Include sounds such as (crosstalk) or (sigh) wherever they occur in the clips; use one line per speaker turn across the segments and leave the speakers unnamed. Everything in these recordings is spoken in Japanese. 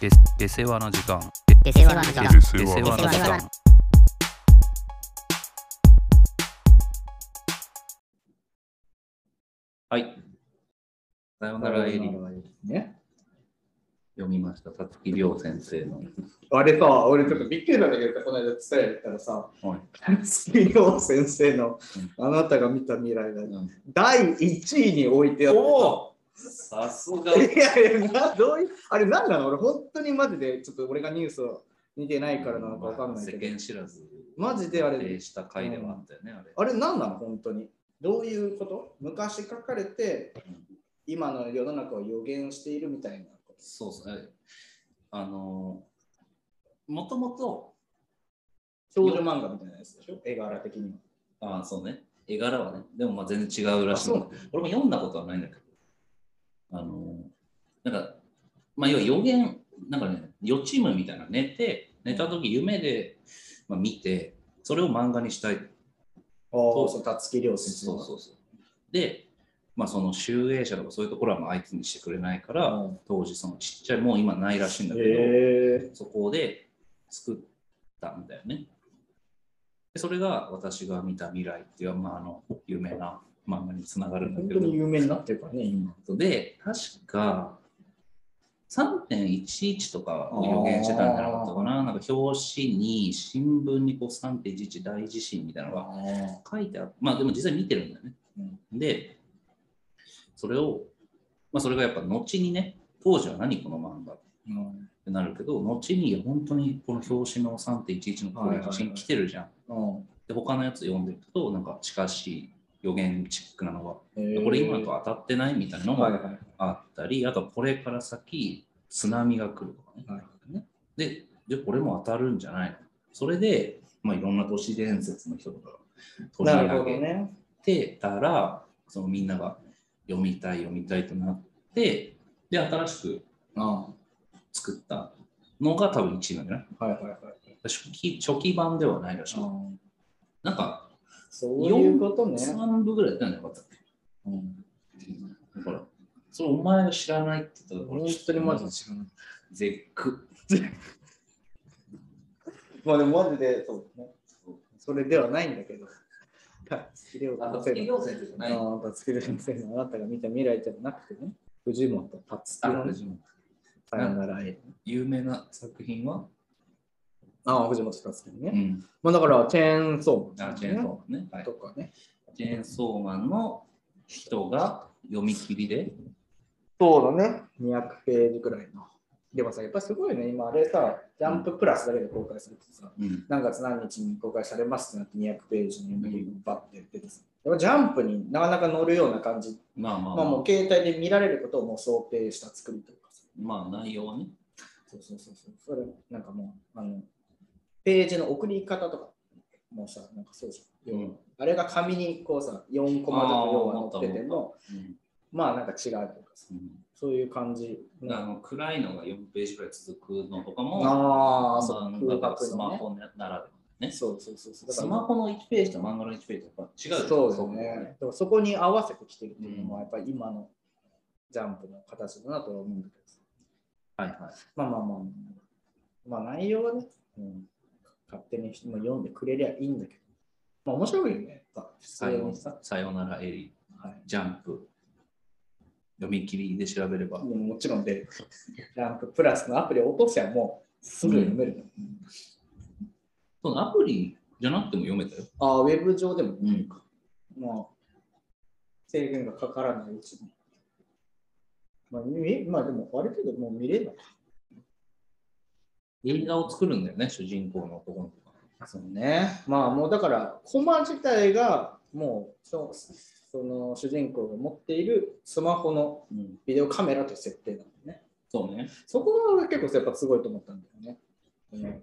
で出世話の時間
出世話の時間
で
出
世
世
話
話の時間
はい。さよならエリー
ね。
読みました。たつき亮先生の。
あれさ、俺ちょっとびっくりなんだけど、この間伝えられたらさ、
はい
杉野先生のあなたが見た未来が、
ん
第1位に置いてある。
おさすが
いやいや、などういうあれなんなの俺本当にマジで、ちょっと俺がニュースを見てないからなのかわかんないけ
世
ど、
間知らず。
マジであれ
否定した回ではあったよね、あれ。
あれなんなの本当に。どういうこと昔書かれて、今の世の中を予言しているみたいなこ
そうですね。あの、もともと、
と。少女漫画みたいなやつでしょ絵柄的に
あ
は。
あ、そうね。絵柄はね。でもまあ全然違うらしい
あそう。
俺も読んだことはないんだけど。あの、なんか、まあ要は予言、なんかね、予知夢みたいな寝て、寝た時夢で、まあ、見て、それを漫画にしたい
ああ、そう、たつき亮先生
そ
の。
うそうそう。で、まあ、その集英社とかそういうところはまあ相手にしてくれないから、
うん
当時そのちっちゃい、もう今ないらしいんだけど、
へえ
そこで作ったんだよね。でそれが私が見た未来っていう、まあ、あの有名な漫画につながるんだ
本
け
当
ど
に有名になってるからね、今。
で、確か3.11とかを予言してたんじゃなかったかな。なんか表紙に新聞にこう3.11大地震みたいなのが書いてある。まあでも実際見てるんだよね。で、それを、まあそれがやっぱ後にね、当時は何この漫画
うん
ってなるけど、後に本当にこの表紙の3.11のこういう写真来てるじゃん。
うん
で、他のやつ読んでいくと、なんか近しい予言チックなのが、
へえ
これ今と当たってないみたいなの
はい
も
はい。
あったり、あとこれから先津波が来るとかね。
はい
で、でこれも当たるんじゃないのそれで、まあ、いろんな都市伝説の人とか取り
な
上
るほ
げ
どね。
ってたら、そのみんなが読みたい読みたいとなって、で、新しく
あ
作ったのが多分1位なんじゃない
あはいはいはい。
初期初期版ではないらしい。
あ
なんか
そういうことね。
3部ぐらいやったんじゃなかったっけ
うん
だから、それお前が知らないって言ったら、
本当にマジで知らない。
絶句。
まあでもマジで、そうね。それではないんだけど。たつき亮先生。
先生じゃあ
ああ、たつき亮先生のあなたが見た未来じゃなくてね。藤本たつきのね
藤本
さよならへ。
有名な作品は、
ああ、藤本たつきの
う
ね。
ん、
まあだから、チェーンソーマン
あ
ね
チェーンソーマンね。はい
とかね。
チェーンソーマンの人が読み切りで、
そうだね。200ページくらいの。でもさ、やっぱすごいね、今あれさ、ジャンププラスだけで公開されてさ、
うん、
何月何日に公開されますってなって200ページにバッて出てさ、やっぱジャンプになかなか乗るような感じ、
まあまあ、
まあもう携帯で見られることをもう想定した作りとかさ、
まあ内容はね。
そうそうそうそう、それなんかもう、あの、ページの送り方とか、もうさ、なんかそうじゃん。
うん
あれが紙にこうさ、4コマとか要は載ってても、まあなんか違うとかさ、そういう感じ
う
の。
ん、あの暗いのが4ページくらい続くのとかも、
ああ、そう、
漫画
空
が
白
ス
の
マ
ね。
ホならでもね。
そうそうそうそう。だ
ス
から
マホの1ページと漫画の1ページとやっぱ違うじゃん
そうですね。。でもそこに合わせてきてるっていうの
う
も、
ん
やっぱり今のジャンプの形だなとは思うんだけど。
はいはい。
まあまあまあ、まあ内容はね、うん、勝手にもう読んでくれりゃいいんだけど。まあ面白いよね。やっぱ普通
さよ
に
う
さ。
さようならエリー、
はい
ジャンプ、読み切りで調べれば。
もうもちろんで、ジャンププラスのアプリを落とせばもうすぐ読めるの。
そのアプリじゃなくても読めたよ。
ああ、ウェブ上でも、
うん
もう制限がかからないうちに。まあ、みまあ、でも、ある程度もう見れば。
映画を作るんだよね、主人公の男の子が。
そうね。まあ、もうだから、コマ自体が、もうそ、その主人公が持っているスマホの
うん、
ビデオカメラという設定なんでね。
そうね。
そこが結構やっぱすごいと思ったんだよね。うん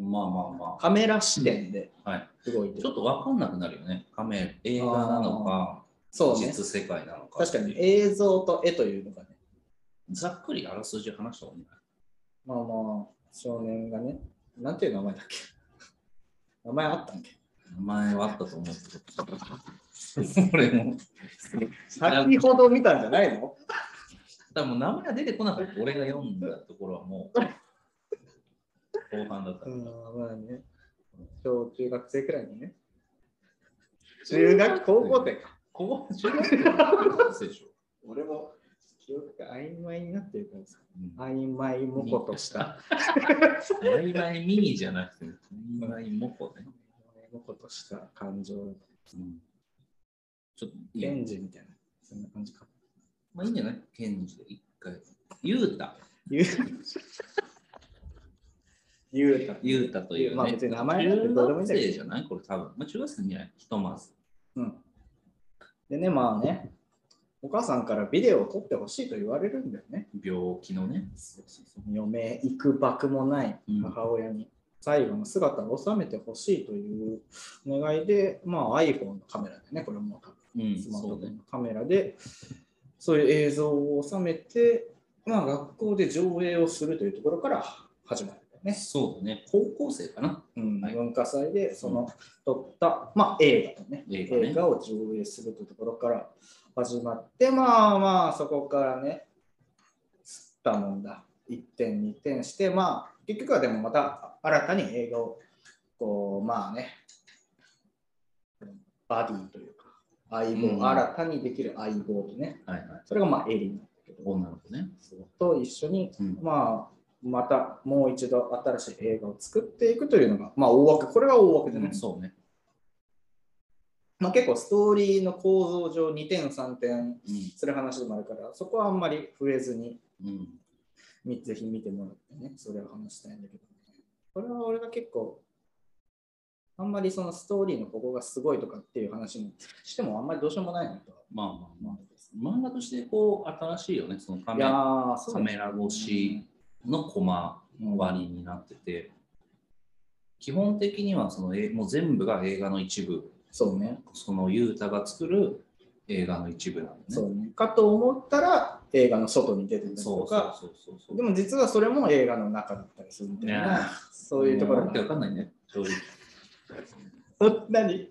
まあまあま
カメラ視点で
あ。はい。
動いて
ちょ
る。
っとわかんなくなるよね。カメ映画なのか、
そうね。
実世界なのか。
確かに。映像と絵というのがね。
ざっくりあらすじ話した方がいいんじゃない
まあまあ、少年がね、なんていう名前だっけ名前あったんけ
名前はあったと思うけど。これも。 (laughs)
先ほど見たんじゃないの
多分名前が出てこなかった。俺が読んだところはもう、後半だった
う
から。
ん、まあね。小中学生くらいにね。中学高校生か。
ここ、中学生でしょ。
俺も記憶が曖昧になってるからさ。
うん
曖昧もことした。。
曖昧ミニじゃなくて、曖昧モコね。
曖昧もことした感情。
うんちょっといい
レ
よ、
ンジみたいな。そんな感じか。
まあいいんじゃないケンジで一回。ゆうた。
ゆう (laughs) ゆうた。
ゆうたという、ね。
まあ別に名前なんてどうでもいいんだ
中
けど
学生じゃないこれ多分。まあ中学生じゃない。ひとまず。
うん。でね、まあね、お母さんからビデオを撮ってほしいと言われるんだよね。
病気のね。
余命行くばくもない
うん
母親に最後の姿を収めてほしいというお願いで、まあ、iPhone のカメラでね、これも多
うん、
分スマート
そ
フ
う
ォン
ね。
のカメラで、そういう映像を収めて、まあ、学校で上映をするというところから始まるんだよね。
そうね。高校生かな。
うん、
はい
文化祭でその撮った、まあ、映画とね
映画ね
映画を上映するというところから始まってまあまあそこからねすったもんだ1点2点してまあ結局はでもまた新たに映画をこうまあねバディというか相棒、
うん
新たにできる相棒とね
はいはい。
それがまあエリーなんだけど
女の子ね。
と一緒に
うん。
まあ、またもう一度新しい映画を作っていくというのが、まあ、大枠、これは大枠じゃない、
そうね。
まあ、結構ストーリーの構造上2点、3点する話でもあるから、そこはあんまり触れずに、
うん。うん。
みぜひ見てもらってね、それを話したいんだけど、これは俺が結構、あんまりそのストーリーのここがすごいとかっていう話にしても、あんまりどうしようもないなとは
まあまあま
思
あ
う。んです。
漫画としてこう新しいよね、そのカ
い
メ
や
ラ
ー、そう
カメラ越しのコマ割りになってて、基本的にはそのえもう全部が映画の一部、
そうね。
そのユータが作る映画の一部なんだ
そ
ね。
うね。かと思ったら、映画の外に出てたり
そ
と
う
か、
そうそうそうそう。
でも実はそれも映画の中だったりするみたい
いや
な、そういうところ
わけわ
が。
かんないね、正直。
何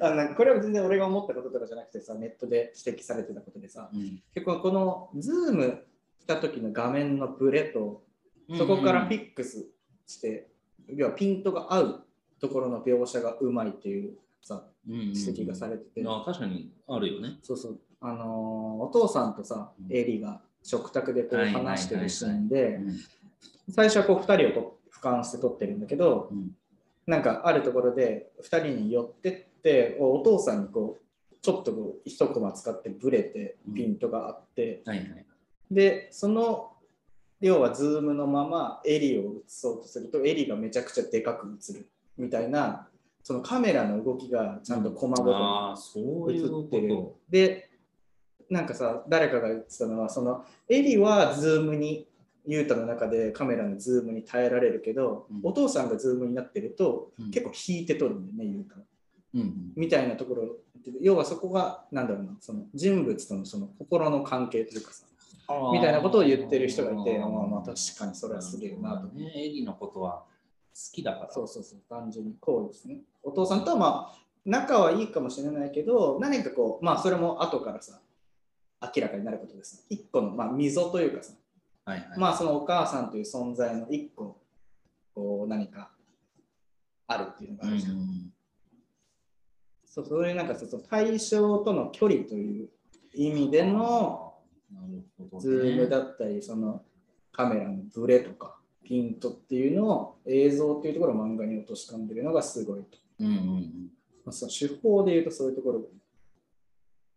あのこれは全然俺が思ったこととかじゃなくてさ、ネットで指摘されてたことでさ、結構このズームした時の画面のブレと、そこからフィ
ッ
ックスして、要はピントが合うところの描写がうまいっていうさ、指摘がされてて、
あ確かにあるよね。
そうそう、あのーお父さんとさ
う、ん
エリが食卓でこう話してるシーン
う
で、
ん
最初はこう2人をこう俯瞰して撮ってるんだけど、
うん
なんかあるところで2人に寄ってっておお父さんにこうちょっとこう一コマ使ってブレて
うん
ピントがあって、
はいはい。
でその要はズームのままエリを映そうとするとエリがめちゃくちゃでかく映るみたいなそのカメラの動きがちゃんとコマごとに
ああ、そう
映
いう
っ
こ
てる
と。
でなんかさ誰かが言ってたのはそのエリはズームにユータの中でカメラのズームに耐えられるけど、
うん
お父さんがズームになってると、
うん
結構引いて撮るんだよねユータ
うんうん
みたいなところ要はそこがなんだろうなその人物とのその心の関係というかさみたいなことを言ってる人がいて
あー
まあまあ確かにそれはすげえなと
るほどね、エリのことは好きだから。
そうそうそう単純にこうですねお父さんとはまあ仲はいいかもしれないけど何かこうまあそれも後からさ明らかになることです一個のまあ溝というかさ
はいはい。
まあそのお母さんという存在の一個こう何かあるっていうのが
うん
あ
う
るじゃん
ん
そうそういうなんかそうそう対象との距離という意味での
なるほどね、
ズームだったり、そのカメラのブレとか、ピントっていうのを映像っていうところを漫画に落とし込んでるのがすごいと。
うんうんうん
まあ、その手法で言うとそういうところが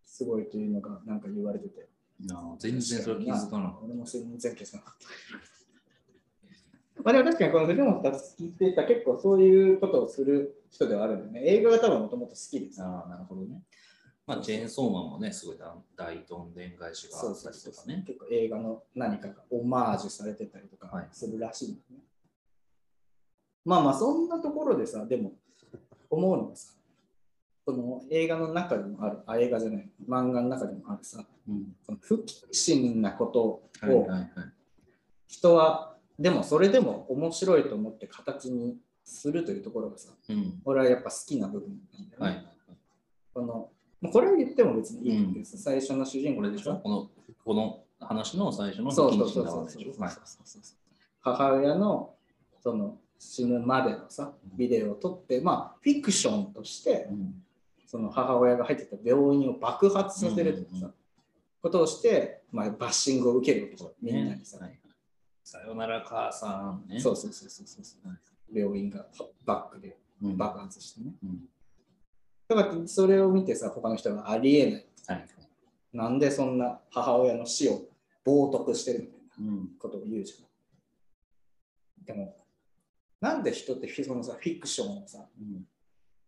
すごいというのがなんか言われてて。
なあ全然それ気づかなかっ
俺も全然気づかなかった。まあでも確かにこの藤本達樹って言ったら結構そういうことをする人ではあるんだよね。映画が多分もともと好きです
た。。ああ、なるほどね。まあ、ジェーン・ソーマンもね、すごい大どんでん返しが
そ
あ
う
っ
そ
た
う
り
そ
とか。
う
ね。
結構映画の何かがオマージュされてたりと
は
か
い
するらしいんだよね。まあまあそんなところでさ、でも思うのがさ、その映画の中でもある、あ、映画じゃない、漫画の中でもあるさ、
うん
その不謹慎なこと
はい
を
はいはい。
人は、でもそれでも面白いと思って形にするというところがさ、
うん
俺はやっぱ好きな部分なんだよね。
はい、
このもうこれを言っても別にいいんです、最初の主人
こ
公
れでしょこの、この話の最初の
そう
金
そうそ
金
う
だ
そ
わ
う
で
そう
しょ。は
そう
い
そう母親のその死ぬまでのさビデオを撮ってまあフィクションとして
うん
その母親が入ってた病院を爆発させるとか
う
さ、
んうんう
ことをして、まあ、バッシングを受けるわけじゃんみんなにさ、
ねはいさよなら母さんね。
そうそうそうそうそうそう、
はい
病院がバックで
うん
爆発してね、
うん
だからそれを見てさ他の人がありえない
はい。
なんでそんな母親の死を冒涜してるみたいな
うん。
ことを言うじゃんでもなんで人ってそのさフィクションをさ
うん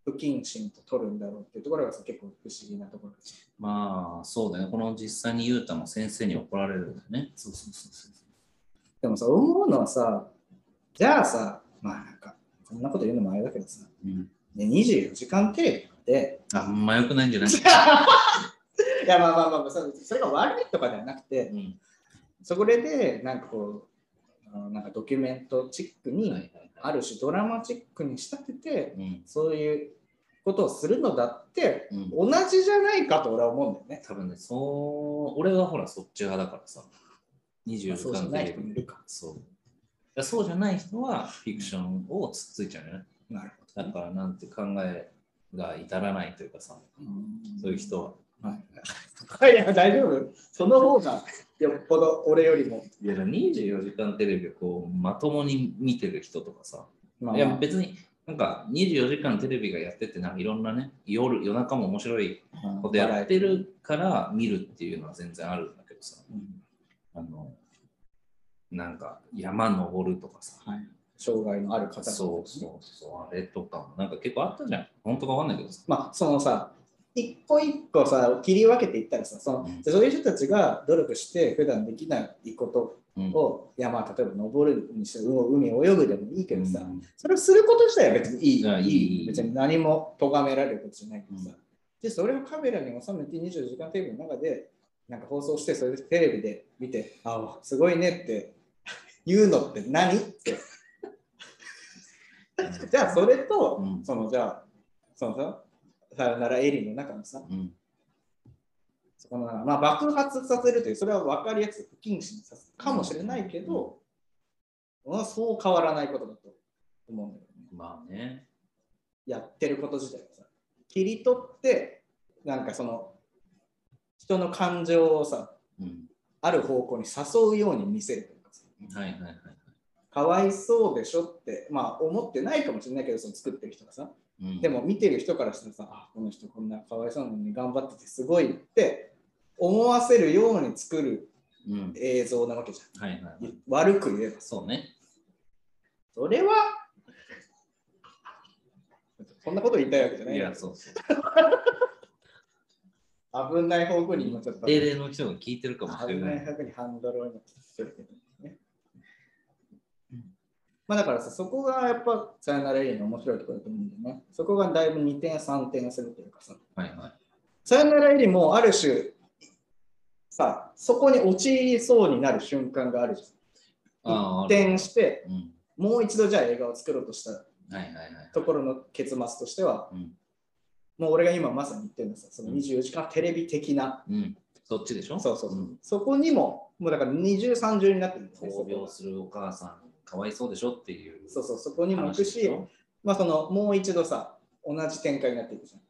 不謹慎と取るんだろうっていうところがさ結構不思議なところです
まあ、そうだね。この実際にゆうたも先生に怒られるんだよね。そうそうそうそう。
でもさ、思うのはさ、じゃあさ、まあなんか、こんなこと言うのもあれだけどさ、
うん、
ね、24時間テレビって、
あんま良くないんじゃない (laughs)
いやまあまあまあまあ、そうそれが悪いとかではなくて
う、ん。
そこで、なんかこう、あのなんかドキュメントチック
はいはい
に、
は
ある種ドラマチックに仕立てて、
い。うん。
そういうことをするのだって、
うん
同じじゃないかと俺は思うんだよね。
多分ね、そう、俺はほら、そっち派だからさ。
ま
24
あ
時
そうじゃ
間
な
テ
い
レ
人も
ビ。
いるか。
そう。いやそうじゃない人は、フィクションをつっついちゃうよね。
なるほ
だから、なんて考えが至らないというかさ、
ど。うん
そういう人は。
はい、いや大丈夫。その方がよっぽど俺よりも。
いや、24時間テレビをこう、まともに見てる人とかさ。
まあ
いや、別に、なんか、24時間テレビがやってて、なんかいろんなね、夜、夜中も面白いことやってるから見るっていうのは全然あるんだけどさ。
うん
あの、なんか山登るとかさ。
障害のある方々
そうそうそう、あれとかもなんか結構あったじゃん。本当かわかんないけどさ。
まあそのさ一個一個さ切り分けていったらさその
うん
でそういう人たちが努力して普段できないこと
うん
を山例えば登るにしても海泳ぐでもいいけどさ、
うん
それをすること自体は別にいい
いやいいいい
別に何も咎められることじゃないけどさ、
うん
でそれをカメラに収めて24時間テレビの中でなんか放送してそれでテレビで見て「あすごいね」って言うのって何ってじゃあそれと、
うん
そのじゃあそのささよならエリーの中のさ
うん
そこの中まあ、爆発させるというそれは分かりやすく不謹慎さすかもしれないけど、俺はそう変わらないことだと思うんだよね。
まあね。
やってること自体はさ切り取ってなんかその人の感情をさ
うん。
ある方向に誘うように見せるというかさ
はいはいはい。
かわいそうでしょってまあ思ってないかもしれないけどその作ってる人がさ
うん
で、も見てる人からしたらさあこの人こんなかわいそうなのに頑張っててすごいって思わせるように作る
うん。
映像なわけじ
はいはい
ゃ
は
ん
い。
悪く言えば
そうね。
それはそんなこと言いたいわけじゃない
い
よ
や、そうそう。
危ない方向に今ちょっと
定例の人が聞いてるかもしれ
危
な。
ないい箱にハンドルを今切ってるけどね。まあだからさ、そこがやっぱさよならエリーの面白いところだと思うんだよね。そこがだいぶ2点3点するというかさ、
はいは
さよならエリーもある種、さ、そこに陥りそうになる瞬間があるじゃ
あ
ん。
あ
一転して、
い。うん。
もう一度じゃあ映画を作ろうとした
はいはいはい。
ところの結末としては、
うん。
もう俺が今まさに言ってるのさ、その24時間テレビ的な、
うん。そっちでしょ
そうそうそう、
ん
そこにも、もうだから二重三重になってるんですね。そ
闘
こは
病するお母さん、かわいそうでしょっていう。
そうそう、そこにも行
話
く
で
し
し、ょ
まあ、そのもう一度さ、同じ展開になっていくじゃん。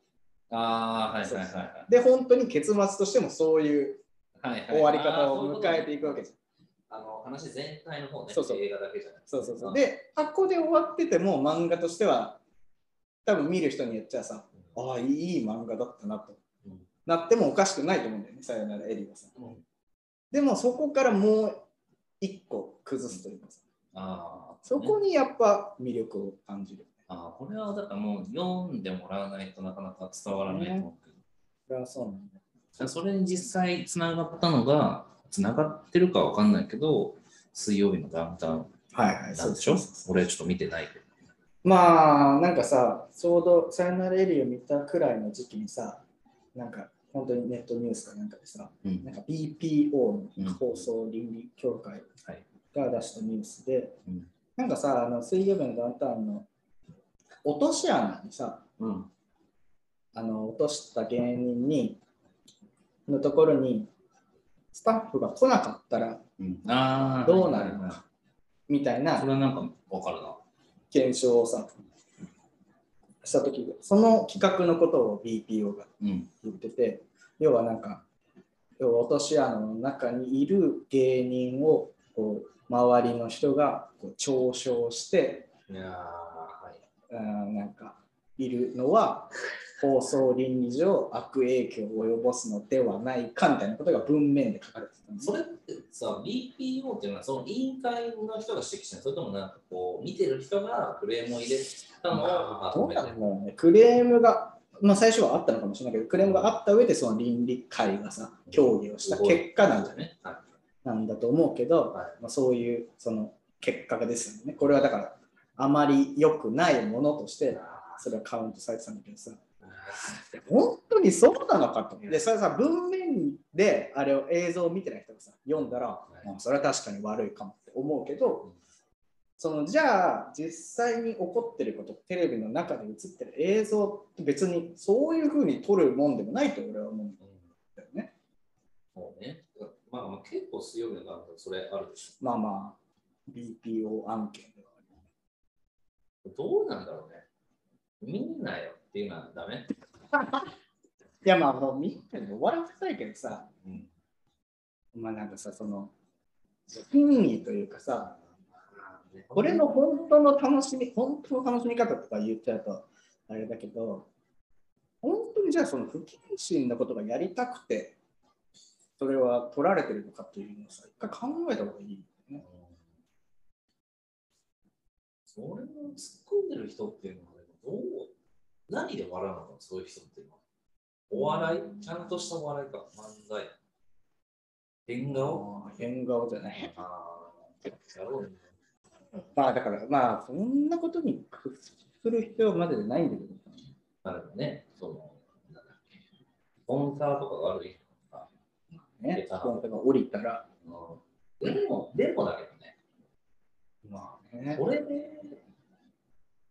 ああ、はい
そ
は
う
い
そう
はいはい。
で、本当に結末としてもそういう
はいはい、
終わり方を迎えていくわけじゃん。
あの話全体の方ね
そうそう
映画だけじゃない
そうそうそう。
ん
で、箱で終わってても漫画としては、多分見る人によっちゃさ、ああ、いいいい漫画だったなと、
うん
なってもおかしくないと思うんだよね、さよならエリーはさ。
うん
でも、そこからもう一個崩すというかさ、
ああ
そこにやっぱ魅力を感じる。
ああこれはだからもう読んでもらわないとなかなか伝わらないと思うけど、
それはそうなんだ。
じゃあそれに実際つながったのがつながってるかわかんないけど水曜日のダウンタウン
はいはい、
なんでしょ俺ちょっと見てないけど
まあなんかさちょうど「さよならエリー」を見たくらいの時期にさなんか本当にネットニュースかなんかでさ
うん
なんか BPO の放送倫理協会
はい
が出したニュースで、
うん
なんかさあの水曜日のダウンタウンの落とし穴にさ
うん
あの落とした芸人にのところにスタッフが来なかったら
うん、ああ、
どうなる
はい
の
はい
かみたい
はいそ
な
れはなんかわかるな。
検証をさした時その企画のことを BPO が
うん。
言ってて要はなんか要は落とし穴の中にいる芸人をこう周りの人がこう嘲笑して
いやーはい。
あーなんかいるのは放送倫理上悪影響を及ぼすのではないかみたいなことが文面で書かれてたんです
それってさ、BPO っていうのはその委員会の人が指摘したのそれともなんかこう、見てる人がクレームを入れたのをま
ど
と
う
め
な
て
んだろうねクレームが、まあ、最初はあったのかもしれないけどクレームがあった上でその倫理会がさ協議をした結果なんじゃない
ね。はい。
なんだと思うけど、
はい
まあ、そういうその結果がですよね。これはだからあまり良くないものとしてそれはカウントされてたんだけどさ本当にそうなのかと。でそれさ文面であれを映像を見てない人がさ読んだら、
い
まあそれは確かに悪いかもって思うけどそのじゃあ実際に起こってることテレビの中で映ってる映像って別にそういうふうに撮るもんでもないと俺は思うん
うん
だよね。
そうね。まあ、まあ、結構強いのがそれあるでし
まあまあ BPO 案件ではある
ょ。どうなんだろうね。見んなよっていうのはダメ。
いやまあもうみんなで終わらせたいけどさ、
うん。
まあなんかさ、その、真意というかさ、これ
俺
の本当の楽しみ、本当の楽しみ方とか言っちゃうと、あれだけど、本当にじゃあその不謹慎なことがやりたくて、それは取られてるのかっていうのをさ、一回考えた方がいいよね。
それを突っ込んでる人っていうのは、どう、何で笑うのか、そういう人っていうのは。お笑いちゃんとしたお笑いか、漫才。変顔
あー変顔じゃない。
ああ、やろうね。
まあだから、まあそんなことに工夫する必要までじゃないんだけど、
なるほどね。その、なんだっけ。コンサーとかが悪いのか。
ね、本当が降りたら、
うんでも、でもだけどね。
まあね。
これで、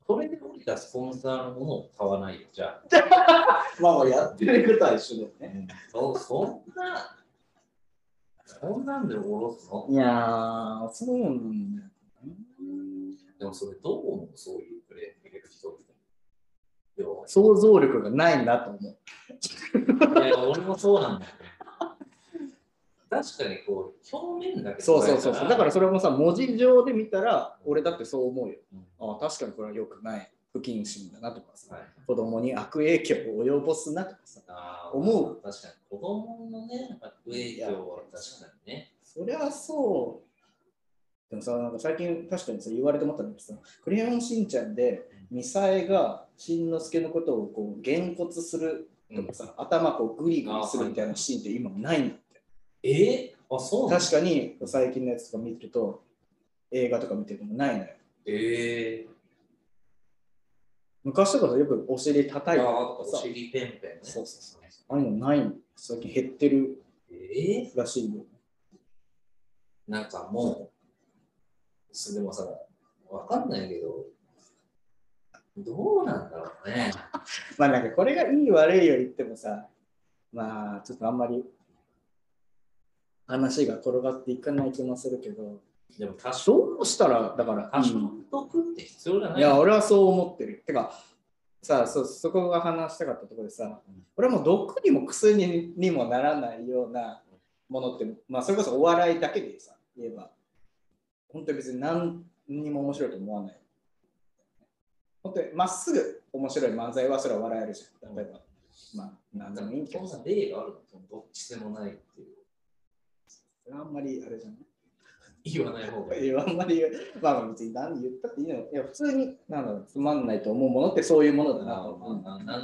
それで降りたスポンサーのものを買わないよ、じゃあ。
まあまあやってることは一緒だよね。
そそんな、そんなんで降ろすの
いやー、そうなんだよね。
でもそれどう思うそういうプレー入れる人って。でも
想像力がないなと思う。
いや俺もそうなんだよね。確かにこう、表面だけど
そうそうそうそう。だからそれもさ、文字上で見たら、俺だってそう思うよ。
うん
ああ、確かにこれは良くない。不謹慎だなとかさ、
はい
子供に悪影響を及ぼすなとかさ、
あー
思う。
確かに子供のね、悪影響は確かにね。
そりゃそう。でもさ、なんか最近確かにさ、言われて思ったんだけどさ、クレヨンしんちゃんで、ミサエがしんのすけのことをこう、げんこつするとかさ、頭こうグリグリするみたいなシーンって今ないんだって。
えー、あ、そうなの
確かに最近のやつとか見てると映画とか見てるのもないのよ
え
昔とかよくお尻
ー、
叩いたり
あ
と
ー
か
お
さ
尻ペンペンね。
そうそうああいうのないの最近減ってる
え
らしいよ
ー、なんかもう、それでもさ、わかんないけど、どうなんだろうね。
まあなんかこれがいい悪いより言ってもさまあちょっとあんまり話が転がっていかない気もするけど
でも多少、
どうしたらだから
多
いい
少得って必要じゃない
いや、俺はそう思ってる。てか、さあそ、そこが話したかったところでさ
うん、
俺はもう毒にも薬ににもならないようなものって、まあ、それこそお笑いだけでさ、言えば、本当に別に何にも面白いと思わない。本当にまっすぐ面白い漫才はそれは笑えるじゃん。例えば、まあ、何でもいいけ
そ
ど
ん
さ
な、例があるのどっちでもないっていう。
それはあんまりあれじゃない。
言わない方がいい。
いやあんまり言う、まあ別に何言ったっていいのよ。いや、普通に、なんだろう、つまんないと思うものってそういうものだな
な
と思う。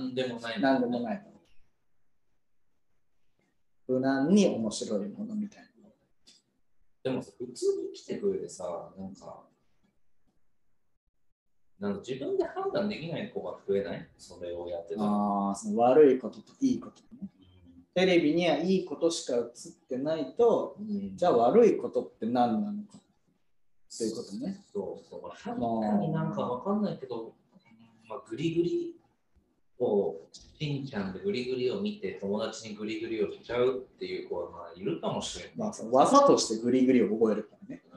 んでもない。
なんでもない。無難に面白いものみたいな。
でもさ普通に生きてく上でさ、なんか、なんか自分で判断できない子が増えないそれをやってたら。
ああ、その悪いことといいことね。
う
テレビにはいいことしか映ってないと、
ん
じゃあ悪いことって何なのかということね。
そうそう。判断になんかわかんないけど、まあ、グリグリ
こう、しんちゃんでグリグリを見て、友達にグリグリをしちゃうっていう子はまあいるかもしれない。
まあ、その技としてグリグリを覚えるからね。
うん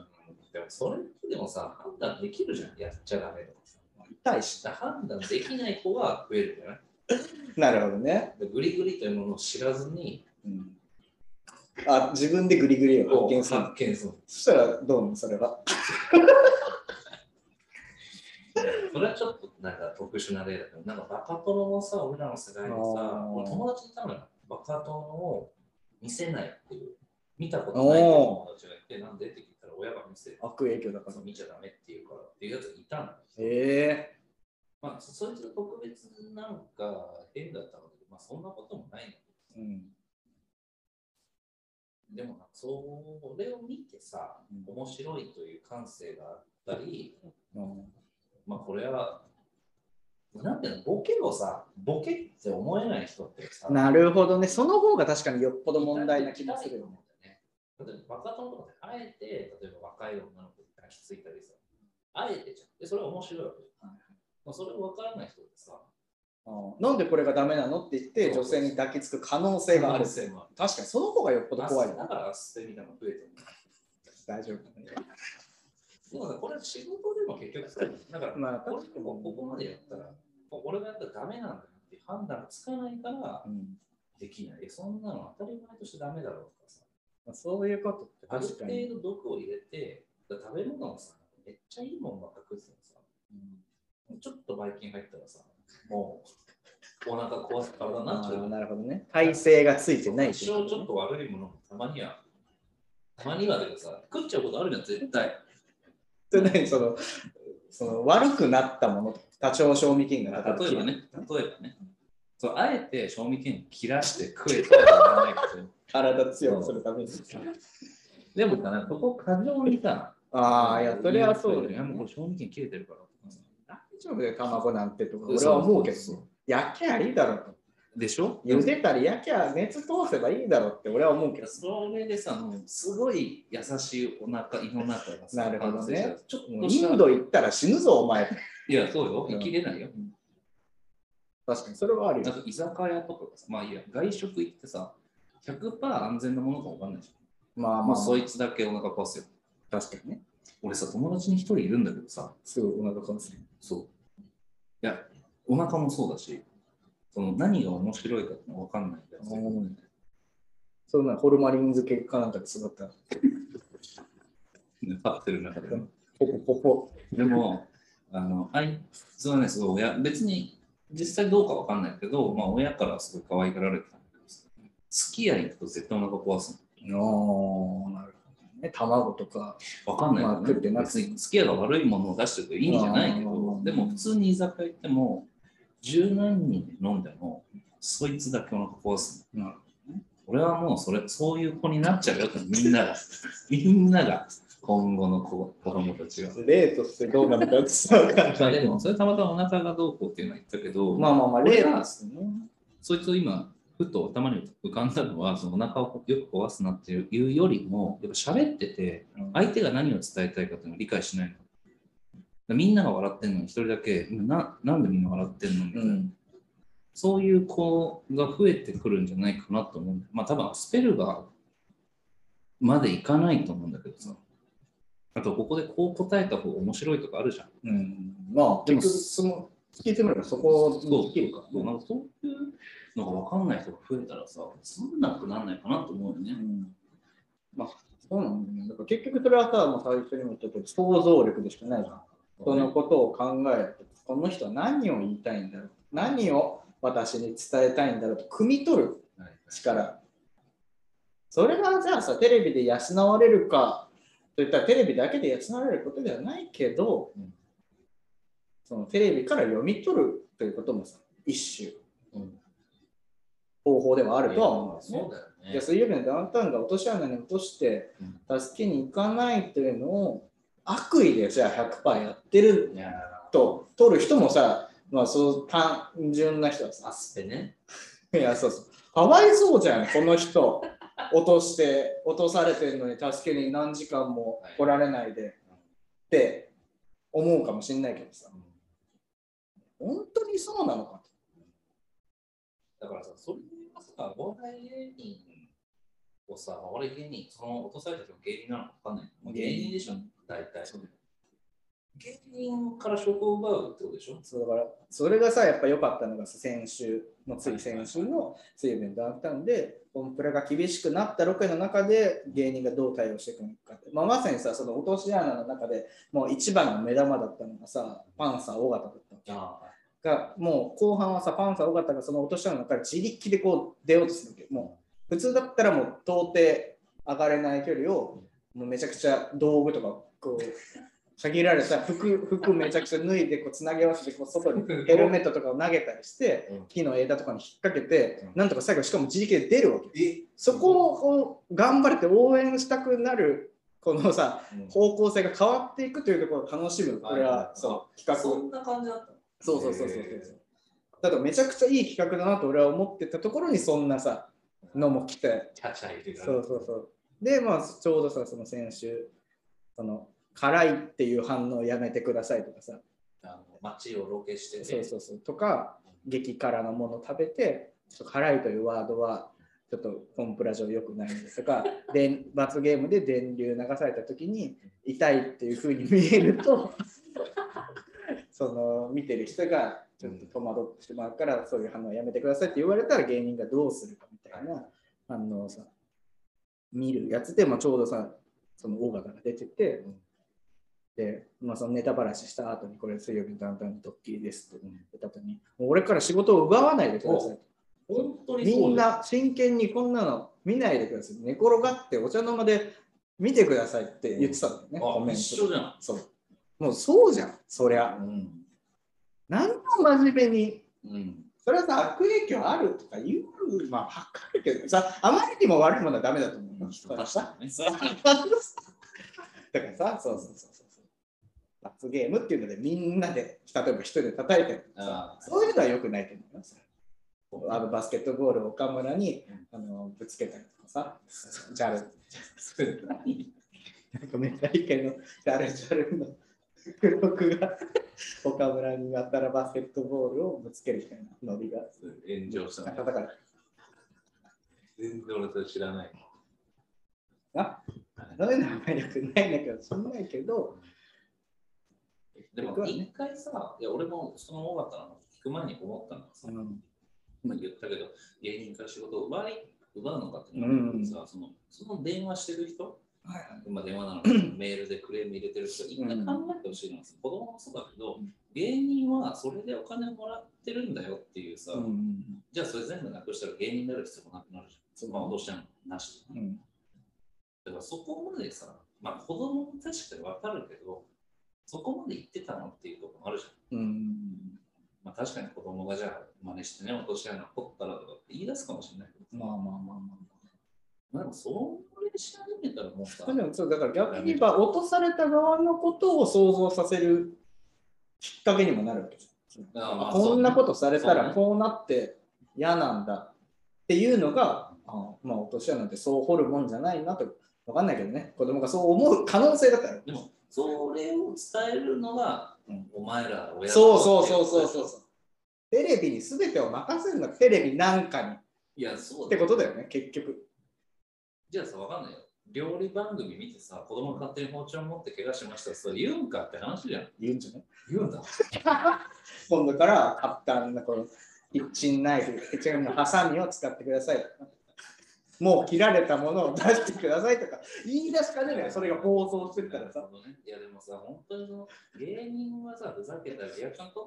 でも、それってでもさ、判断できるじゃん、やっちゃダメとかさ。
痛いし。
だから判断できない子は増えるんじゃない
なるほどね。
でグリグリというものを知らずに、
うん、あ自分でグリグリを発見する。
発見する。
そしたらどうもそれは。
それはちょっとなんか特殊な例だけど、なんかバカ殿もさ、俺らの世代でさ、
あー
俺友達に多分バカ殿を見せないっていう、見たことないっていう友達がいて、なんでって聞いたら親が見せる。
悪影響だから
そ。う見ちゃダメっていうからっていうやつがいたんだけど
え
まあ、そそいつが特別なんか変だったので、まあそんなこともないんだけ
えうん。
ど、でもなんかそれを見てさ
うん、
面白いという感性があったり、
うん
まあこれは、なんていうの、ボケをさ、ボケって思えない人ってさ、
なるほどね。その方が確かによっぽど問題な気がするよね。
例えば、若友とかってあえて、例えば若い女の子に抱きついたりさ、あえてじゃん。で、それは面白いわけじゃん。
はい
まあ、それを分からない人ってさ、
うんなんでこれがダメなのって言って
そ
女
うそう
性に抱きつく可能性がある。
性もある。
確かにその方がよっぽど怖いよ
だ
ね。
から、捨てみたいなの増えてるんだ。
大丈夫。
でもさこれ仕事でも結局さ、だから、
まあ
これもここまでやったら、もう俺がやったらダメなんだよっていう判断がつかないから
うん
できない。そんなの当たり前としてダメだろうとかさ。
まあそういうことって
ある
確かに。
程度毒を入れて、だから食べ物をさ、めっちゃいいものばっか食ってたのさ、ちょっとばい菌入ったらさ、もうお腹壊す体になっちゃ
あー
う。
なるほどね。体勢がついてない
多少ちょっと悪いものもたまには、たまにはだけどさ、食っちゃうことあるじゃん、絶対。
とね、その、その悪くなったもの、多長賞味期限がなかった
例えば。ね、例えばね、そうあえて賞味期限切らして食えたらやらないけど、
体強くするために。
でもさ、そこ過剰にさ、
ああ、いや、それはそうだ
いや
よ、
もうこ
ね。
れ賞味期限切れてるから。
大丈夫だよ、卵なんてとか。
そう
俺は思うけど
そう
ね、焼きゃいいだろと。
でしょ
茹でたり焼きゃ熱通せばいいだろって俺は思うけど。
それでさ、もうすごい優しいお腹、胃の中がさ
なるほどね
完成したちょっ
もう
と
イ
した
ンド行ったら死ぬぞ、お前。
いや、そうよ。生きれないよ。
確かに、それはある
な
よ。
んか居酒屋とかがさ、まあいいや、外食行ってさ、100%安全なものか分かんないじ
ま
ゃ
あ
ん。
ま
もう
あ、
そいつだけお腹壊すよ。
確かにね。
俺さ、友達に一人いるんだけどさ、
すぐお腹かもしれない。
そう。いや、お腹もそうだし、その何が面白いかってのは分かんないんだよ。 (laughs)
うんそんなホルマリン漬けかなんかで育ったら、
粘ってる中で。
ポコポコ。
でも、あの、あいつはね、すごい親、別に実際どうかわかんないけど、まあ親からすごい可愛がられてたんだけどさ、付き合い行くと絶対お腹壊す
おーなるほどね。卵とか。
の。わかんないよ、ね。
まあ食ってなく
別に付き合いが悪いものを出してるといいんじゃないけ
あー
ど、でも普通に居酒屋行っても、十何人で飲んでも、そいつだけお腹壊すの。
なる
俺はもうそれ、そういう子になっちゃうよって、みんなが、みんなが、今後の子子供たちが。
例としてどうなのかってさ、わかん
まあ
ない
でも、それたまたまお腹がどうこうっていうのは言ったけど、
(laughs) まあまあまあ、例ですね。
そいつを今、ふと頭に浮かんだのは、そのお腹をよく壊すなっていうよりも、やっぱ喋ってて、相手が何を伝えたいかっていうのを理解しないの。だからみんなが笑ってんのに、一人だけな、なんでみんな笑ってんのみたいな、
ん。
そういう子が増えてくるんじゃないかなと思うんだまあ、多分アスペルガーまでいかないと思うんだけどさ。あと、ここでこう答えた方が面白いとかあるじゃん。
うん、まあ、
で
結
も
局、その、聞いてみればそこ
そう
に聞けるか。
そうなんかそういうのが分かんない人が増えたらさ、そんなくなんないかなと思うよね。
んまあ、そうなんだよね。だから結局それはさ、もう最初にも言ったけど、想像力でしかないじゃん。そのことを考えると、この人は何を言いたいんだろう。何を私に伝えたいんだろうと、汲み取る
はい
力。それがじゃあさ、テレビで養われるかといったら、テレビだけで養われることではないけど、
うん
そのテレビから読み取るということもさ、一種、
うん
方法ではあるとは思うんですね。
そうだよね。
いやそういうようなダウンタウンが落とし穴に落として助けに行かないというのを悪意でじゃあ100%やってる
いや
と取る人もさ、まあ、そう単純な人は
ーア
さ (laughs)
スペね。
いやそうそうかわいそうじゃんこの人落として落とされてるのに助けに何時間も来られないでって思うかもしれないけどさ本当にそうなのかと
だからさ、それがさ、お笑い芸人をさ、お笑い芸人、その落とされた人が芸人なのかわかんない。まあ芸人でしょ、大体。芸人から職を奪うってことでしょ
そうだからそれがさやっぱ良かったのがさ先週のつい先週の水曜日のダウンタウンでコンプラが厳しくなったロケの中で芸人がどう対応していくのかって、まあ、まさにさその落とし穴の中でもう一番の目玉だったのがさパンサー尾形だったの
あ
がもう後半はさパンサー尾形がその落とし穴の中から自力でこう出ようとするわけもう普通だったらもう到底上がれない距離をもうめちゃくちゃ道具とかこう限られた服 (laughs) 服めちゃくちゃ脱いでこうつなげ合わせてこう外にヘルメットとかを投げたりして
うん
木の枝とかに引っ掛けて
うん
なんとか最後しかも自力で出るわけよ
え
そこをこう頑張れて応援したくなるこのさ
うん
方向性が変わっていくというところを楽しむこ
はい
れ
はいは
はいそう企
そ
画
んな感じだったの
そうそうそうそうそ
へ
う
ー
だからめちゃくちゃいい企画だなと俺は思ってたところにそんなさのも来て
キャッチャー入れられ
そうそうそうでまあちょうどさその先週その辛いっていう反応やめてくださいとかさ
あの街をロケしてて、
そうそうそうとか激辛のもの食べてちょっと辛いというワードはちょっとコンプラ上良くないんですと
(laughs)
か電罰ゲームで電流流された時に痛いっていうふうに見え
(laughs)
るとその見てる人がちょっと戸惑ってしまうから、そういう反応はやめてくださいって言われたら芸人がどうするかみたいな反応をさ見るやつで、まあ、ちょうどさその大型が出てて。で、まあ、そのネタばらしした後に、これ水曜日のダウンタウンのドッキリですって言った後に、もう俺から仕事を奪わないでくださいと。
本当にそう
みん
だよ
な真剣にこんなの見ないでください。寝転がってお茶の間で見てくださいって言ってたんだよね、コ
あ
メン
一緒
ト。
じゃん。
そう。もうそうじゃん、そりゃ。
うん
なんも真面目に。
うん、
それはさ、悪影響あるとか言う、まあ、わかるけどさ、あまりにも悪いものはダメだと思う。
人たちだね。
だからさ、そうそうそうそうそう。罰ゲームっていうので、みんなで、例えば一人で叩いてるとかさ
あ、ー
そういうのは良くないと思います。あのバスケットボールを岡村にあのぶつけたりとかさ、ジャル、
それ何
なんかメタリケのジャルジャルの黒クが岡村にやったらバスケットボールをぶつけるみたいなノリが。
炎上した
なん
の
かだから、
全然俺それ知らない。
あそういうのはあんまり良くないんだけど、そんないけど、
でも一回さ、いや俺もその大型の聞く前に思ったのはさ、
うん
まあ、言ったけど、芸人から仕事を奪い奪うのかっていう
うんうん
のさ、そのその電話してる人、
はい
まあ、電話なのか、 (clears throat) メールでクレーム入れてる人、一回考えてほしいのはさ、子供もそうだけど、芸人はそれでお金もらってるんだよっていうさ、
うんうん
じゃあそれ全部なくしたら芸人になる必要もなくなるじゃん。まあ、脅しちゃうのなし。
うんうん
だからそこまでさ、まあ子供も確かにわかるけど、そこまで言ってたのっていうところもあるじゃん。
うん
まあ確かに子供がじゃあ真似してね、落とし穴掘ったらとかって言い出すかもしれないけど、
まあまあまあまあ。
まあでもそれし始めたらもうさ
まあ、でもそうだから逆に言えば落とされた側のことを想像させるきっかけにもなるわけです
ああまあ
こんなことされた
そう
ら
ね
こうなって嫌なんだっていうのが、あまあ落とし穴ってそう掘るもんじゃないなと分かんないけどね子供がそう思う可能性だったら
でもそれを伝えるのが、
うん
お前ら親だ
そうそうそうそうそう
う。
そうテレビに全てを任せるんだテレビなんかにっ
いや、そう
て
だよ
ことだよね結局
じゃあさ、わかんないよ。料理番組見てさ、子供が勝手に包丁持って怪我しましたそう言うんかって話じゃん。
言うんじゃない
言 (laughs) うんだ。
今度からカッターのこのキッチンナイフ、キッチンのハサミを使ってください。もう切られたものを出してくださいとか言い出しかねない、それが暴走してたら
な
さ
る。ほどねいやでもさ、本当にその芸人はさ、ふざけたリアクション取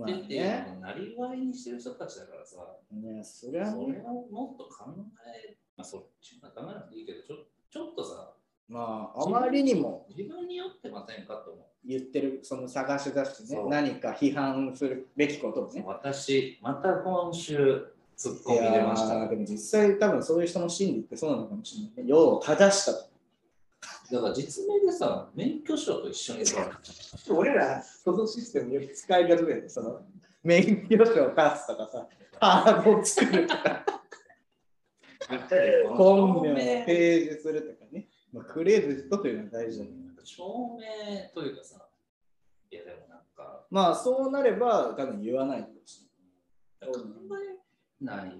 まあ
ってっていう
ね、
のをなりわいにしてる人たちだからさ、
ねそれは
それ
ね、
をもっと考え、まあそっちは考えなくていいけど、ちょちょっとさ、
まあ、あまりにも
自分に酔ってませんかと思
言ってる、その探し出してね
そ、う
何か批判するべきことを
う。
ね。
私、また今週、ツッコミ入れまし
いや
た
ー。でも実際、多分そういう人の心理ってそうなのかもしれないね。用を正したと。
だから実名でさ、免許証と一緒にさ、
俺ら、そのシステムより使いがどうやねその、免許証を出すとかさ、カードを作るとか、
証
本名
明
を提示するとかね。まあ、クレーズ人というのは大事だね。
証明というかさ、いやでもなんか、
まあ、そうなれば、多分言わないかもし
考えない。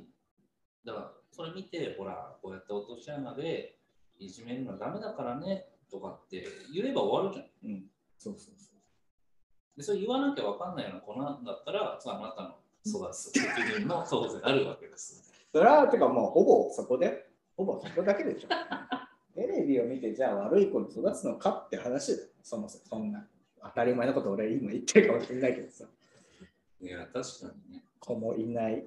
だから、それ見て、ほら、こうやって落とし穴でいじめるのはダメだからねとかって言えば終わるじゃん。
うん。そうそうそう。
でそれ言わなきゃ分かんないような子なんだったら、そうあなたの育つ責任も当然あるわけです。
それは、てかもうほぼそこで、ほぼそこだけ (laughs) でしょ。テレビを見て、じゃあ悪い子に育つのかって話だよ。そもそも、そんな。当たり前のこと俺今言ってるかもしれないけどさ。
いや、確かにね。
子もいない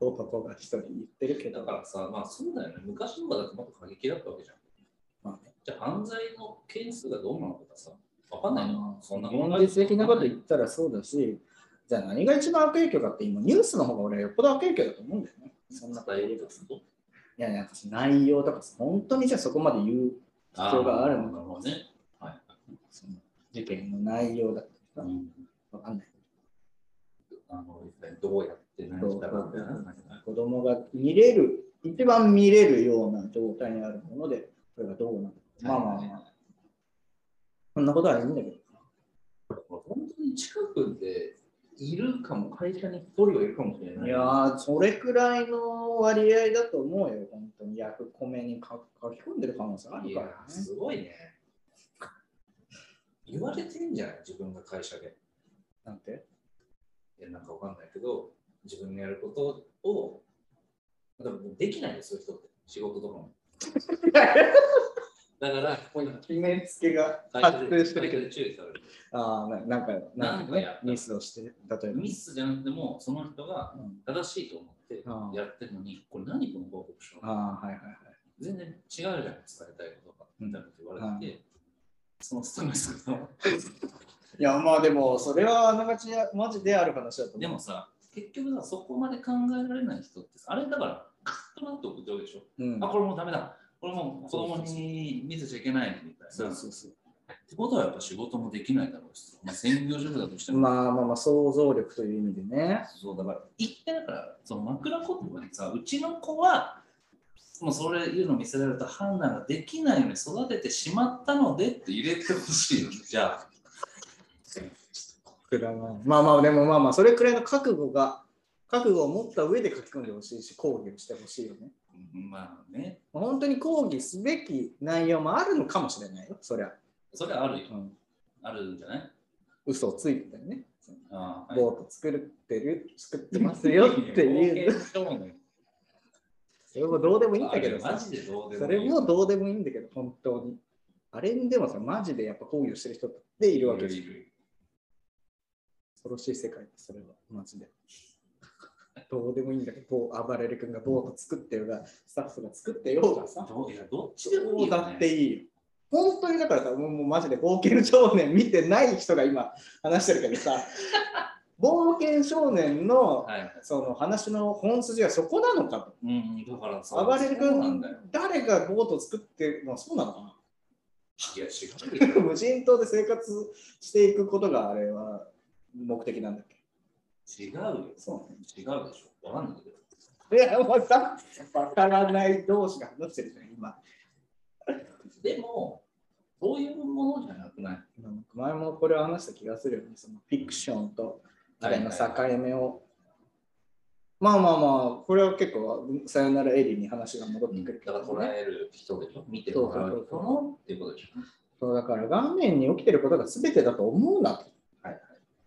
男が一人言ってるけ
だ
ど。
からさ、まあそうだよね。昔の方がだってもっと過激だったわけじゃん。
まあね
じゃあ犯罪の件数がどうなのかさ、分かんないよ。そんな問
現
題
実的なこと言ったらそうだし、じゃあ何が一番悪影響かって今ニュースの方が俺はよっぽど悪影響だと思うんだよね。そんなこと言えばいや、なんか内容とかさ、本当にじゃあそこまで言う必要があるの
な
か
るほどね。はい。
その事件の内容だった
う
りとか、
ん
わかんない。
あのどうやって何したかみたいな。
子供が見れる、一番見れるような状態にあるもので、それがどうなのか。まあまあまあ。そんなことはいいんだけど。
本当に近くでいるかも、会社に一人はいるかもしれない。
いやー、それくらいの割合だと思うよ、本当に。役米にか書き込んでる可能性あ
い
るか
や
らね。
すごいね。言われてんじゃん、自分が会社で。
なんて
いや、なんかわかんないけど、自分のやることを、でもできないですよ、人って。仕事とかも。だから、こういうの
(laughs) 決めつけが
会社
発
で
生してるけど
会社で注意される。
ああ、ななんか、なんか
なんか
ね
やっ、た
ミスをして、例えば。
ミスじゃなくても、その人が
うん
正しいと思って
ああ
やってるのに、これ何この報告書
ああ、はいはいはい。
全然違うじゃない伝えたいことが、みたいなこと言われて、そのストレスが。
いや、まあでも、それはあながちや、マジである話だと思う。
でもさ、結局さ、そこまで考えられない人ってさ、あれだから、カッとなって送っちゃうでしょ。
うん、
あ、これもうダメだ。これもう子供に見せちゃいけないみたいな。
そうそうそう。
ってことはやっぱ仕事もできないだろうし、まあ、専業主婦だとしても、
まあまあまあ、想像力という意味でね。
そうだから、言ってだから、その枕言葉にさ、うちの子は、もうそれ言うの見せられると判断ができないように育ててしまったのでって入れてほしいよね、じゃあ。
くらまあまあまあ、でもまあまあ、それくらいの覚悟が、覚悟を持った上で書き込んでほしいし、抗議をしてほしいよね。
うんまあね、
本当に抗議すべき内容もあるのかもしれないよ、そりゃ。
それはあるよ
う。ん、
あるんじゃない
嘘をついてたりね。
ああ、はい
ボート作ってる、作ってますよって (laughs) いう。
う。
それもどうでもいいんだけ
あ
ど
れ
さ
マ。ジでどうで
そ
もい
れ
い。
もどうでもいいんだけど、本当に。あれにでもさ、マジでやっぱ抗議をしてる人っているわけ
い
じゃん。
るいる
恐ろしい世界です、それは、マジで。 (laughs) どうでもいいんだけど、こう暴れる君がボート作ってようが、スタッフが作ってようがさ、
どういやどっちでもいい
ど
うよ、ね。
だっていいよ。本当にだからさ、もうもうマジで冒険少年見てない人が今話してるけど
(laughs)
さ、冒険少年の
はい。
その話の本筋はそこなのかと。
うん、だからさ、
暴れる
そうなん
君
だよ。、
誰がボート作ってるのはそうなのかない
や、しっかり。
無人島で生活していくことがあれは目的なんだっけ
違うよ。
そ
違うでしょ。わかんないけど。
(laughs) ういや、もうさ、わからない同士が話してるじゃん、今。
でも、そういうものじゃなくない。
前もこれを話した気がするよね、そのフィクションとあれの境目を。まあまあまあ、これは結構、さよならエリーに話が戻ってくるけ
だから
ど、
捉
ね。
える人でしょ。見てもらう人のっていうことでしょ。
そうだから、顔面に起きてることが全てだと思うなと。
はいはい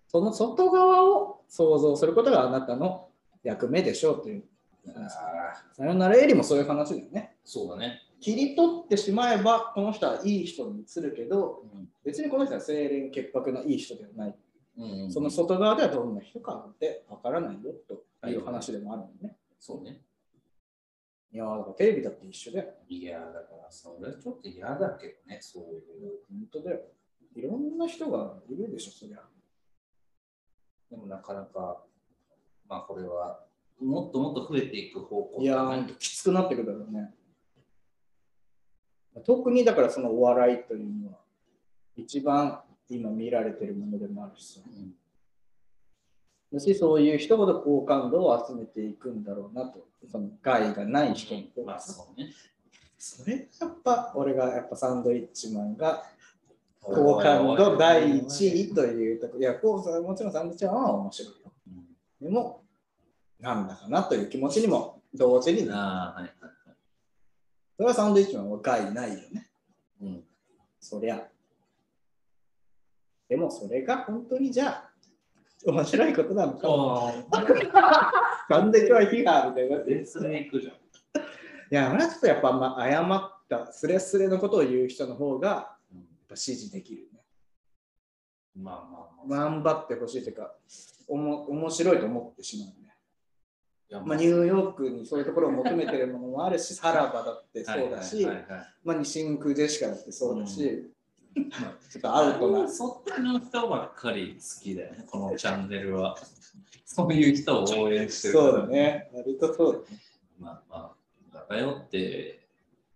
その外側を想像することがあなたの役目でしょうという。
ああ、
さよならエリーもそういう話だよね。
そうだね。
切り取ってしまえばこの人はいい人にするけど
うん
別にこの人は清廉潔白ないい人ではない、
うん、
その外側ではどんな人かなんてわからないよという話でもあるのね、
そうね。
いやーだからテレビだって一緒だよ
いや、だから、それちょっと嫌だけどね、そういうの。
本当だよいろんな人がいるでしょそりゃ
でもなかなか、まあこれは、もっともっと増えていく方向
いやーほんときつくなってくるだろうね特にだからそのお笑いというのは一番今見られてるものでもあるしさ
うん
だしそういう人ほど好感度を集めていくんだろうなと、その害がない人に。
まあそうね。
それがやっぱ、俺がやっぱサンドイッチマンが好感度第一位というとこ、いや、こうさもちろんサンドイッチマンは面白いよ。
うん
でも、なんだかなという気持ちにも同時になる
ああ、はい。
それはサンドイッチマンは害ないよね。
うん。
そりゃ。でもそれが本当にじゃあ、面白いことなのか。完全には批判みたいになってる。い
絶対行くじゃん。
や、俺はちょっとやっぱあんま誤った、スレスレのことを言う人の方が、やっぱ支持できるね。
まあまあまあ。
頑張ってほしいというか、おも面白いと思ってしまうね。
いや
まあ、ニューヨークにそういうところを求めてるものもあるし、 (laughs) さらばだってそうだし、
はいはいはいはい
まあ、ニシンクジェシカだってそうだし、
まあ
ちょっとアウトな。
そっちの人ばっかり好きだよね、このチャンネルは。そういう人を応援してるから
そうだ。ね。割とそうだね
まあまあ、偏って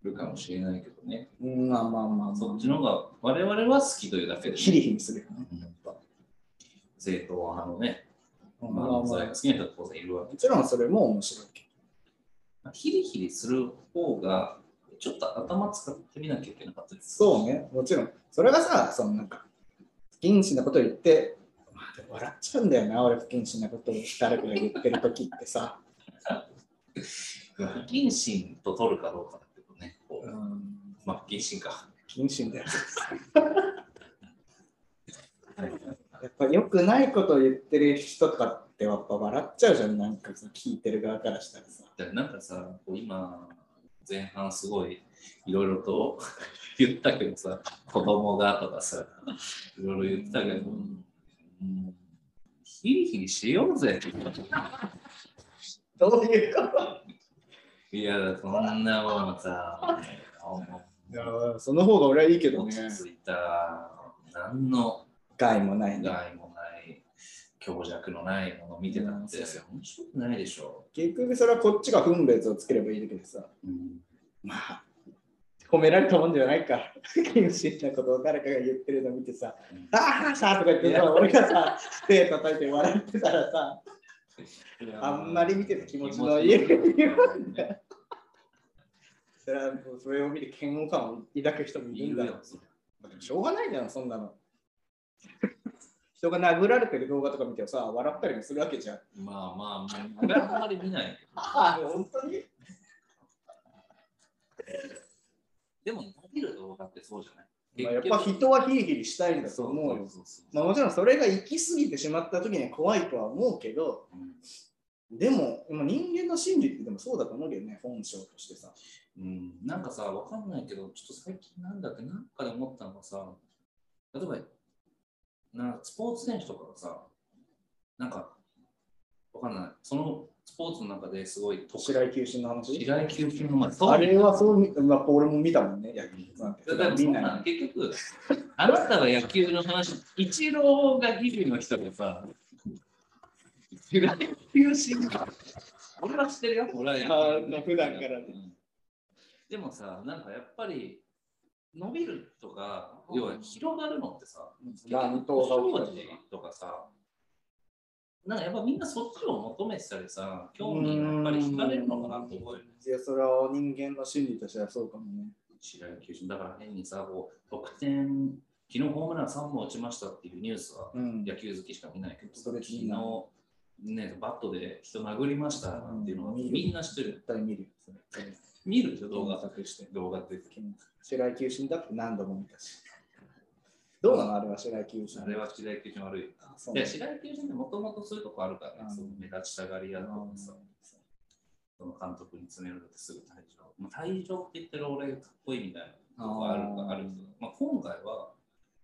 るかもしれないけどね。
うんまあまあまあ、
そっ
そ
ちの方が我々は好きというだけ
う。
で、
ヒ
ね、
リヒリするよね。
やっぱ正統派のね、
まあまあ
漫
ま
才
あ
が好きな人は当然いるわけ
もちろんそれも面白いけ
ヒリヒリする方が、ちょっと頭使ってみなきゃいけなかったで
ど。
す。
そうね、もちろん。それがさ、そのなんか、不謹慎なこと言って、まあ、でも笑っちゃうんだよな、俺不謹慎なことを誰かが言ってる時ってさ。
不謹慎と取るかどうかだけどね。こ
う、
うんまあ、不謹慎か。
不謹慎だよ。やっぱ良くないことを言ってる人とかってやっぱ笑っちゃうじゃん、なんかさ、聞いてる側からしたらさ。
だからなんかさ、こう今、前半すごいいろいろと (laughs) 言ったけどさ、子供がとかさ、いろいろ言ってたけど、うんヒリヒリしようぜ。
どういうこ
いや、そんなもんさ、
とその方が俺はいいけど
落
(laughs) ね。
ち着いた、何の
害もないね。
害もない、強弱のないもの見てたって、
うん
面白くないでしょ。
結局それはこっちが分別をつければいいだけでさ、
うん
まあ、褒められたもんじゃないか。不謹慎なことを誰かが言ってるのを見てさ、
うん
ああさとか言ってさ、俺がさ、手叩いて笑ってたらさ、あんまり見てて気持ちのいい
気持ちのいい
それはもうそれを見て嫌悪感を抱く人もい
い
るん
る
だ
よ
ろう。でもしょうがないじゃん、そんなの。人が殴られてる動画とか見てさ、笑ったりもするわけじゃん。
まあまあ、まあ、俺はあんまり見ない。
ああ、本当に
でも伸びる動画ってそうじゃない、
まあやっぱ人はヒリヒリしたいんだと
そう
思うよ。
そうそう
まあ、もちろんそれが行き過ぎてしまった時には怖いとは思うけど、でもまあ人間の心理ってでもそうだと思うけどね、本性としてさ。
うんうんなんかさ、わかんないけど、ちょっと最近なんだって、なんかで思ったのがさ、例えば、なスポーツ選手とかがさ、なんか、わかんない、そのスポーツの中ですごい特殊
白井球審の話。
白井球級の前、。
あれはそうう見、まあ、俺も見たもんね、野球なんて。
だから
み
み
ん
ん
な
な
に
結局、あなたは野球の話、イチローがギリの人でさ、白井球審が、俺は知ってるよ、俺は野球
あー普段からね
うんでもさ、なんかやっぱり、伸びるとか、要は広がるのってさ、
乱闘が
起
起き
き
たりとか
とかさ、なんかやっぱみんなそっちを求めてたりさ、興味にやっぱり惹かれるのかなと思うよね。
いや、それは人間の心理としてはそうかもね。
白井球審だから変にさ、こう得点、昨日ホームラン3本打ちましたっていうニュースは
うん。
野球好きしか見ないけど、
そ
昨
れ気になる
日、ね、バットで人殴りましたっていうのはみんな知ってる。
絶対見るよ。それそれ
見るでしょ、動
検
画。
索して。
動画って。
白井球審だって何度も見たし。どうなのあれは白井球審。
あれは白井球審悪い。
あそう
い
な
や、
の
白井球審ってもともとそういうとこあるから
う
ね、
ん
その目立ちたがり屋とかさ、その監督に詰められてすぐ退場。まあ、退場って言ってる俺がかっこいいみたいなとこある
あー
あるけど、まあ、今回は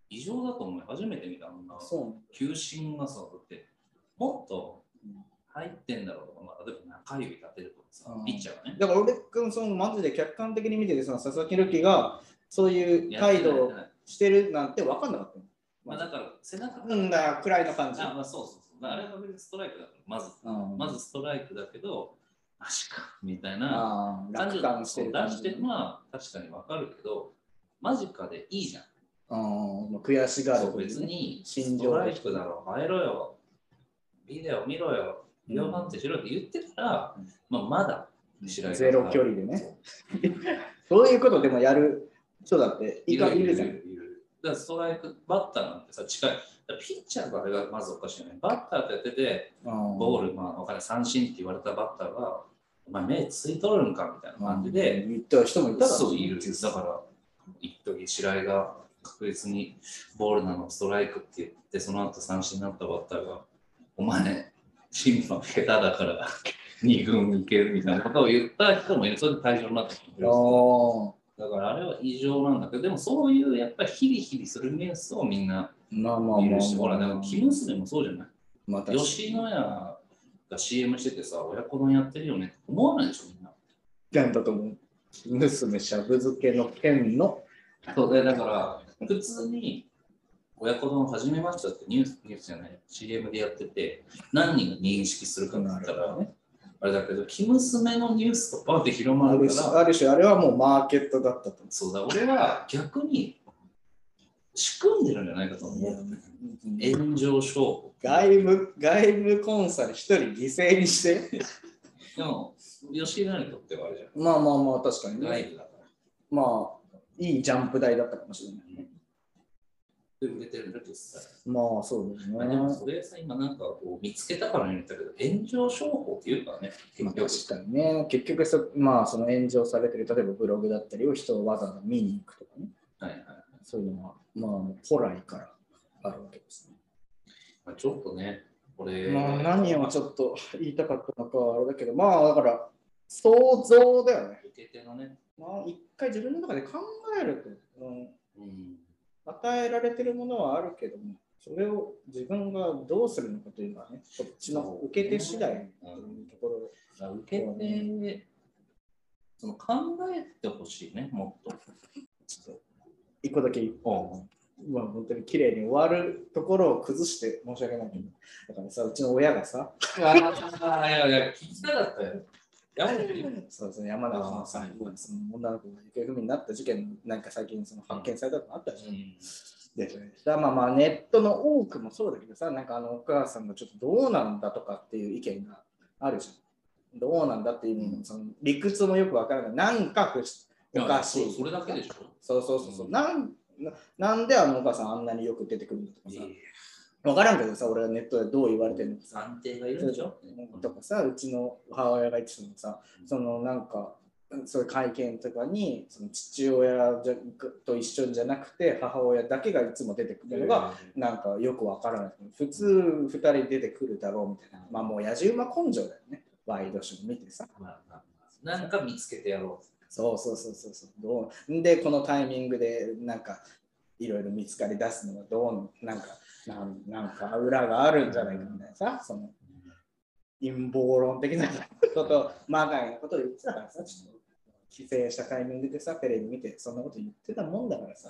異常だと思うよ初めて見たもんな。
そ
球審がさ、だって、もっと
うん
入ってんだろうとか、まあ、例えば中指立てるとかさ
う、ん
ピッチャーが
う
ね。
だから俺君そのマジで客観的に見ててその佐々木朗希がそういう
やってな
態
い
度
やっ
を
てない
してるなんて分かんなかったよ
まあ、だから背中が
うんだよくらいの感じ、
あ、まあ、そうそうそう。だからあれが別にストライクだから、まず、
うん、
まずストライクだけど、マジか、みたいな。
あー楽観してる
感
感
じ
じ
出してるのは確かにわかるけど、マジかでいいじゃん。
うんもう悔しがる
そう別に、
心
ス
情
トライクだろ、入ろよ、ビデオ見ろよ、ビデオ判定しろって言ってたら、
うん
まあ、まだ白井さん
ゼロ距離でねそういうことでもやる人だってい
い
いか
るい
いる
る
じ
じ
ゃ
ゃ
ん
ん。いるだからストライクバッターなんてさ、近い。ピッチャーがあれがまずおかしいよね。バッターってやってて、
ボ
ボール、まあ、わかんない、三振って言われたバッターが、お前目ついとるんかみたいな感じで、
言った人もいたから
そういる。だから、一時白井が確実にボールなのストライクって言って、その後三振になったバッターが、お前、審判下手だから2軍いけるみたいなことを言った人もいる、それで退場になった人もいるだ
あ
からあれは異常なんだけど、でもそういうやっぱりヒリヒリするニュースをみんな
ーまあまあ
見
まあ。
るし、ほら、でも、キムスでもそうじゃない
また
吉野家が CM しててさ、親子丼やってるよねって思わないでしょ、みんな。
なんだと思う。娘しゃぶ漬けの件の。
そうでだから、普通に親子丼始めましたってニュースニュースじゃない、CM でやってて、何人が認識するかだったら、ね、あれだけど、キムスメのニュースがバーって広ま
あ
る
る
か
種、
ら、
ある種あれはもうマーケットだったと思
そうだ、俺は逆に仕組んでるんじゃないかと思う。
う。
炎上症
外部、外部コンサル一人犠牲にして。
でも、吉野家にとってはあれじゃ
まあまあまあ、確かに
ん。ライ
ね。
ブだから。
まあ、いいジャンプ台だったかもしれない。
で、売れてるんだけさ。
まあ、そうですね。
でも、それさ、今なんかこう見つけたから言ったけど、炎上商法っていうからね、
まあ
結局。
確かにね、結局そ、まあ、その炎上されてる、例えばブログだったりを人をわざわざ見に行くとかね、
はいはい。
そういうのは、まあ、古来からあるわけですね。
まあ、ちょっとね、これ、
まあ、何をちょっと言いたかったのかはあれだけど、まあ、だから、想像だよね。
受け手のね、
まあ、一回自分の中で考えると、う
う
ん、
ん、
与えられてるものはあるけども、それを自分がどうするのかというのはね、こっちの受け手次第というところ
まあ受け手、その考えてほしいね、もっと。
一個だけまあ本当に綺麗に終わるところを崩して申し訳ないけど、だからさ、うちの親がさ、
あ (laughs) あ、いやいや、聞きたかったよ。やめてよ。
そうですね、山田さんさ
あ
ん、その女の子が行方不明になった事件、なんか最近その発見されたのあったじゃん。でそれでさまあまあネットの多くもそうだけどさ、なんかあのお母さんがちょっとどうなんだとかっていう意見があるじゃん。どうなんだっていう意味のその理屈もよくわからない。なんか不しお
お
か
か
し
し
い。
い。それだけでしょ。
そうそうそうそう、
うん
なんな。なんであのお母さんあんなによく出てくるんだとかさ。わからんけどさ、俺はネットでどう言われてるのかさ。
安定がいるんでしょ。
とかさ、うちの母親が言ってたのがさ、そのなんか、そういう会見とかに、その父親じゃと一緒じゃなくて、母親だけがいつも出てくるのが、なんかよくわからない。普通、2人出てくるだろうみたいな。まあもう、やじ馬根性だよね。ワイドショー見てさ。
まあまあまあなんか見つけてやろ。
そうそうそうそうそう。どうんで、このタイミングで、なんか、いろいろ見つかり出すのはどうなんか、なんなんか裏があるんじゃないかみたいなさ、その陰謀論的なこと、まがいなことを言ってたからさ、ちょっと帰省したタイミングでさ、テレビ見て、そんなこと言ってたもんだからさ、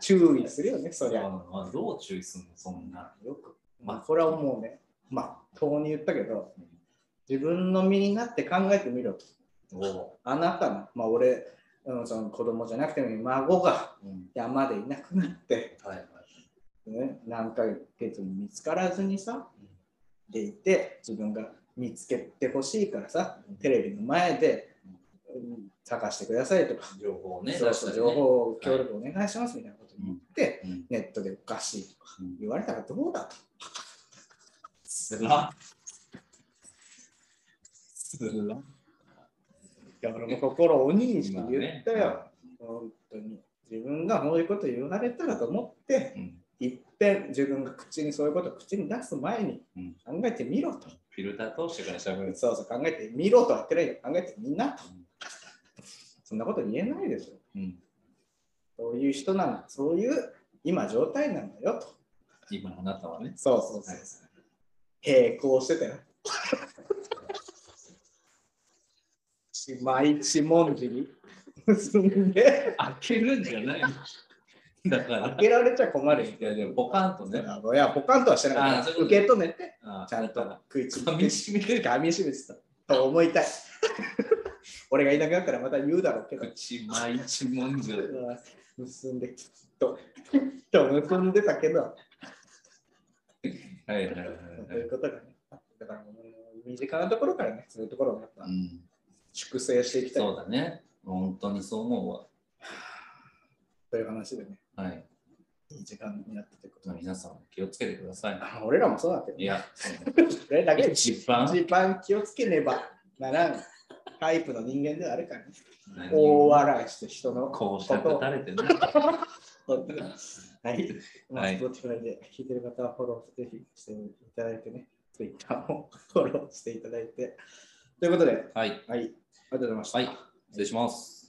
注意するよね、そうりゃ。
まあまあどう注意するの、そんな。
よく、まあ、これはもうね、まあ、当に言ったけど、自分の身になって考えてみろと。
お
あなたの、まあ、俺、うん、その子供じゃなくても孫が
うん
山でいなくなって、
はいはい。
ね、何ヶ月も見つからずにさ、でいて、自分が見つけてほしいからさ、テレビの前で、うん、探してくださいとか、
情報をね、
そうそう情報
を。
を協力お願いしますみたいなこと言って、
うん
ネットでおかしいとか
うん
言われたらどうだと。
すら。すら。
いや、俺も心を鬼にして言ったよ。
まあね
本当に。自分がこういうこと言われたらと思って、
うん
いっぺん自分が口にそういうことを口に出す前に
うん
考えてみろと。
フィルター通してから喋る。
そうそう、考えてみろとは言ってないけど、考えてみんなと
うん。
そんなこと言えないでしょ。
うん
そういう人なんだ。そういう今状態なんだよと。
今あなたはね。
そうそうそう。並行してたよ。毎一文字に。すんげえ。
開けるんじゃないだから
開。けられちゃ困るよ。
いやでもポカンとね。
あのいや、ポカンとはしてなか
あ
っ
そういう
た。
こと
受け止めて、
あ
ちゃんと食いつ
噛み締める
噛み締めてた。と思いたい。俺がいなくなったらまた言うだろうけど。
口毎日もんじゃう。
結んで、きっと、きっと結んでたけど、
はいはいはいは
とい
い。
うことがね。だからもう、身近なところからね、そういうところをやっぱ
うん、
粛清していきたい
そうだね。本当にそう思
という話でね。
うわ。はい。
いい時間になったということで。
皆さん気をつけてください。
あ俺らもそうだけど、
いや、
それだけ一
一番
番気をつけねばならんタイプの人間ではあるからね。
何
大笑いして人の
こうし
こ
た
と
く
を
垂れてね。
本当にはい。まあ、
はい
Spotify で聞いてる方はフォローぜひしていただいてね。Twitter もフォローしていただいて。ということで、
はい、
はい。ありがとうございました。
はい、失礼します。